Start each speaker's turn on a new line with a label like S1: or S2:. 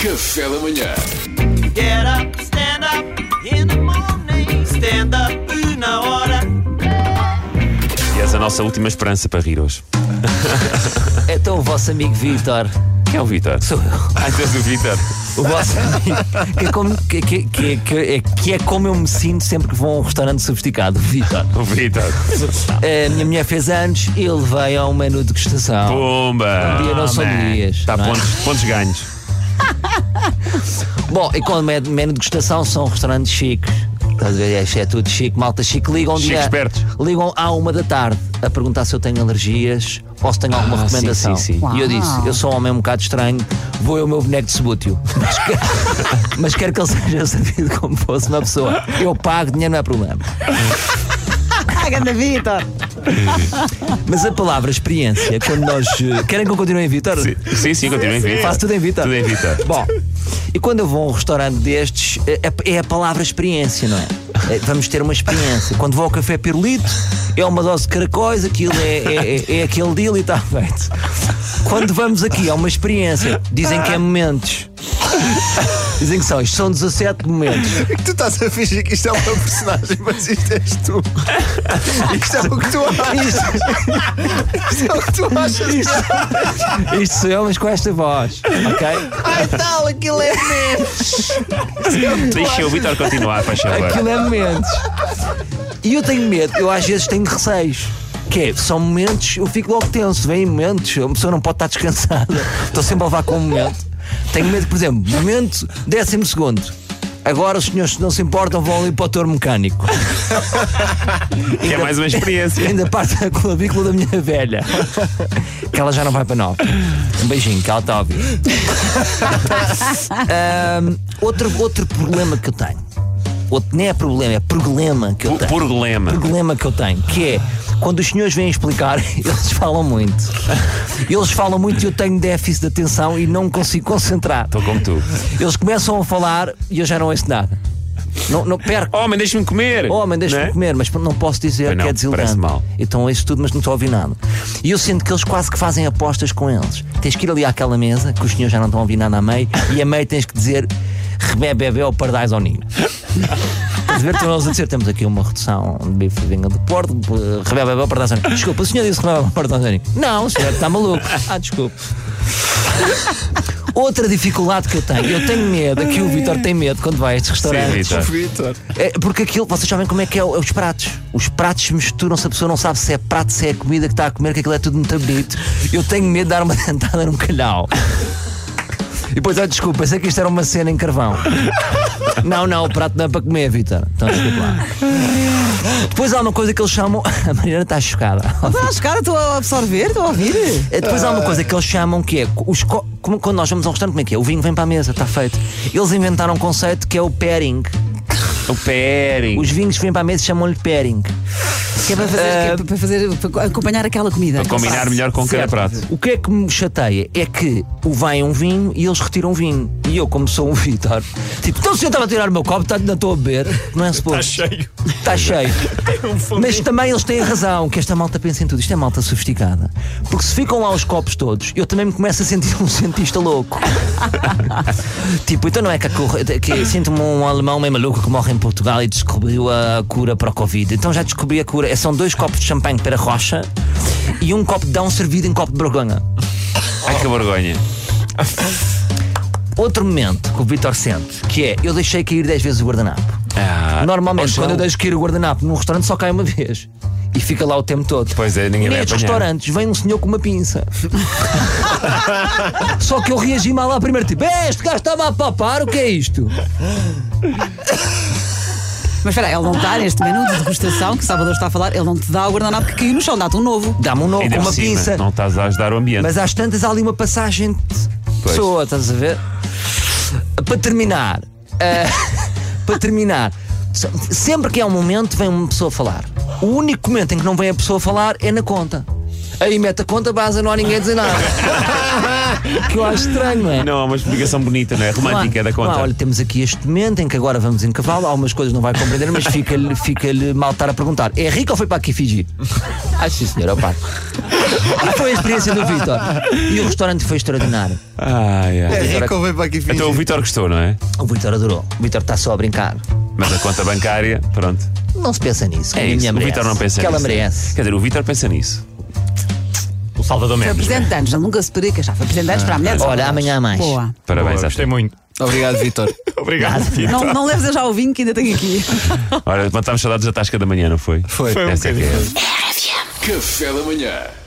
S1: Café da manhã.
S2: Get up, stand up in the morning. Stand up na hora.
S3: E és a nossa última esperança para rir hoje.
S4: Então o vosso amigo Vitor,
S3: Quem é o Vitor?
S4: Sou eu.
S3: Ah, tu és o Vitor.
S4: o vosso amigo, que é, como, que, que- que- que é, que é como eu me sinto sempre que vou a um restaurante sofisticado, Vitor.
S3: O Vitor.
S4: A minha mulher fez anos, eu levei a um menu de degustação.
S3: Pumba!
S4: Um dia não são
S3: Man.
S4: dias,
S3: Tá,
S4: não é?
S3: pontos, pontos ganhos.
S4: Bom, e quando é de menu de degustação são restaurantes chiques. Estás a ver? É, é tudo chique, malta chique. Ligam um
S3: Chiques
S4: dia.
S3: espertos.
S4: Ligam à uma da tarde a perguntar se eu tenho alergias ou se tenho alguma
S3: Ah, sim,
S4: recomendação.
S3: sim, sim.
S4: E eu disse: eu sou um homem um bocado estranho, vou eu o meu boneco de subútil. Mas, que- mas quero que ele seja servido como fosse uma pessoa. Eu pago, dinheiro não é problema.
S5: Ganda Vitor!
S4: Mas a palavra experiência, quando nós. eh, Querem que eu continue em Vitor?
S3: Sim, sim, continuem a
S4: Faço tudo em Vitor.
S3: Tudo em Vitor.
S4: Bom, e quando eu vou a um restaurante destes, é- é, é a palavra experiência, não é? É, Vamos ter uma experiência. Quando vou ao café pirulito, é uma dose de caracóis, aquilo é, é, é- é aquele deal e está feito. Quando vamos aqui, é uma experiência. Dizem que é momentos. Dizem que são, isto são 17 momentos.
S6: Tu estás a fingir que isto é uma personagem, mas isto és tu. Isto é o que tu achas. Isto é o que tu achas.
S4: Isto sou eu, mas com esta voz, ok?
S5: Ai tal, aquilo é mesmo!
S3: Deixa o Vitor continuar, faz favor.
S4: Aquilo é momentos. E eu tenho medo, eu às vezes tenho receios. Que é, são momentos, eu fico logo tenso, vêm momentos, a pessoa não pode estar descansada. Estou sempre a levar com um momento. Tenho medo, por exemplo, momento décimo segundo. Agora os senhores, se não se importam, vão ali para o touro mecânico.
S3: Que é mais uma experiência.
S4: Ainda parte da clavícula da minha velha. Que ela já não vai para nós. Um beijinho, que ela está a ouvir. Ahm, outro, outro problema que eu tenho. Outro, nem é problema, é problema que eu tenho.
S3: Problema.
S4: problema que eu tenho, que é quando os senhores vêm explicar, eles falam muito. Eles falam muito e eu tenho déficit de atenção e não me consigo concentrar.
S3: Estou como tu.
S4: Eles começam a falar e eu já não ouço nada. Não, não perco.
S3: Homem, deixa-me comer!
S4: Oh, Homem, deixa-me
S3: Não é?
S4: comer, mas não posso dizer
S3: Pois não,
S4: que é desiludente.
S3: parece mal.
S4: Então ouço tudo, mas não estou a ouvir nada. E eu sinto que eles quase que fazem apostas com eles. Tens que ir ali àquela mesa, que os senhores já não estão a ouvir nada a meio, e a meio tens que dizer remé bebê ou pardais é ao ninho. Estás a ver? Estão eles a dizer, temos aqui uma redução de bife de vinho de porto, eh, remé bebê ou pardais ao ninho. Desculpa, é o senhor disse remé bebê ou pardais ao ninho. Não, o senhor está maluco. Ah, desculpe. Outra dificuldade que eu tenho, eu tenho medo, aqui o Vitor tem medo quando vai a estes restaurantes.
S3: Vitor.
S6: Vitor.
S4: É, porque aquilo, vocês sabem como é que é, o- é os pratos. Os pratos misturam-se, a pessoa não sabe se é prato, se é a comida que está a comer, que aquilo é tudo muito bonito. Eu tenho medo de dar uma dentada num calhau. E depois, ah, desculpa, pensei que isto era uma cena em carvão. Não, não, o prato não é para comer, Vitor. Então, desculpa lá. Depois há uma coisa que eles chamam. A Mariana está chocada.
S5: Estás, cara, estou a absorver, estou a ouvir.
S4: É, Depois há uma coisa que eles chamam que é os co- como- quando nós vamos a um restaurante, como é que é? O vinho vem para a mesa, está feito. Eles inventaram um conceito que é o pairing.
S3: O pairing.
S4: Os vinhos que vêm para a mesa chamam-lhe pairing.
S5: Que é para fazer, que é para fazer para acompanhar aquela comida.
S3: Ah. Para combinar melhor com um cada
S4: Certo.
S3: prato.
S4: O que é que me chateia é que o vem um vinho e eles retiram o vinho. E eu, como sou um Vitor, tipo, então se eu estava a tirar o meu copo, tá- não estou a beber, não é suposto. Está cheio. Está cheio. Mas também eles têm razão, que esta malta pensa em tudo. Isto é malta sofisticada. Porque se ficam lá os copos todos, eu também me começo a sentir um cientista louco. tipo, então não é que, a cor- que sinto-me um alemão meio maluco que morre em Portugal e descobriu a cura para o Covid. Então já descobri a cura. São dois copos de champanhe para rocha e um copo de dão servido em copo de borgonha.
S3: Ai que vergonha.
S4: Outro momento que o Vitor sente, que é eu deixei cair 10 vezes o guardanapo.
S3: Ah,
S4: Normalmente,
S3: Ou
S4: quando eu
S3: então-
S4: deixo cair o guardanapo num restaurante, só cai uma vez. E fica lá o tempo todo.
S3: Pois é, ninguém vai
S4: Nestes
S3: apanhar.
S4: restaurantes vem um senhor com uma pinça. só que eu reagi mal à primeira, tipo, "Eh, este gajo estava a papar, o que é isto?
S5: Mas espera, ele não está neste menu de degustação que o Salvador está a falar, ele não te dá o guardanapo que caiu no chão, dá-te um novo.
S4: Dá-me um novo,
S3: Ainda
S4: com
S3: por
S4: uma
S3: cima,
S4: pinça.
S3: Não estás a ajudar o ambiente.
S4: Mas às tantas há ali uma passagem de pessoa, estás a ver? Para terminar, eh, para terminar, se- sempre que há um momento vem uma pessoa falar. O único momento em que não vem a pessoa falar é na conta. Aí mete a conta, base, não há ninguém a dizer nada. que eu acho estranho, não é?
S3: Não, é uma explicação bonita, não é? Romântica
S4: Claro.
S3: da conta.
S4: Claro, olha, temos aqui este momento em que agora vamos em cavalo, algumas coisas não vai compreender, mas fica-lhe fica mal estar a perguntar: é rico ou foi para aqui Fiji? Ah, sim, senhor, opa. E foi a experiência do Vitor. E o restaurante foi extraordinário.
S3: Ai,
S6: É
S3: ai.
S6: rico ou vem para aqui fingir?
S3: Então o Vitor gostou, não é?
S4: O Vitor adorou. O Vitor está só a brincar.
S3: Mas a conta bancária, pronto.
S4: Não se pensa nisso.
S3: É
S4: que a
S3: isso.
S4: minha
S3: O
S4: merece,
S3: Vitor não pensa
S4: Que ela
S3: nisso.
S4: merece.
S3: Quer dizer, o Vitor pensa nisso. O Salvador
S5: Foi
S3: Mendes.
S5: presidente de anos, nunca se perica, já foi presidente de anos para a mulher.
S3: Ah,
S5: de
S4: Olha,
S5: Salvador.
S4: amanhã há mais.
S5: Boa.
S3: Parabéns,
S1: Boa,
S3: à
S1: gostei muito.
S6: Obrigado, Vitor.
S1: Obrigado. Vitor.
S5: Não, não leves já o vinho que ainda tenho aqui.
S3: Olha, matámos saudades da tasca da manhã, não foi?
S6: Foi.
S1: Foi um
S3: Essa é que é.
S1: bocadinho.
S7: Café da Manhã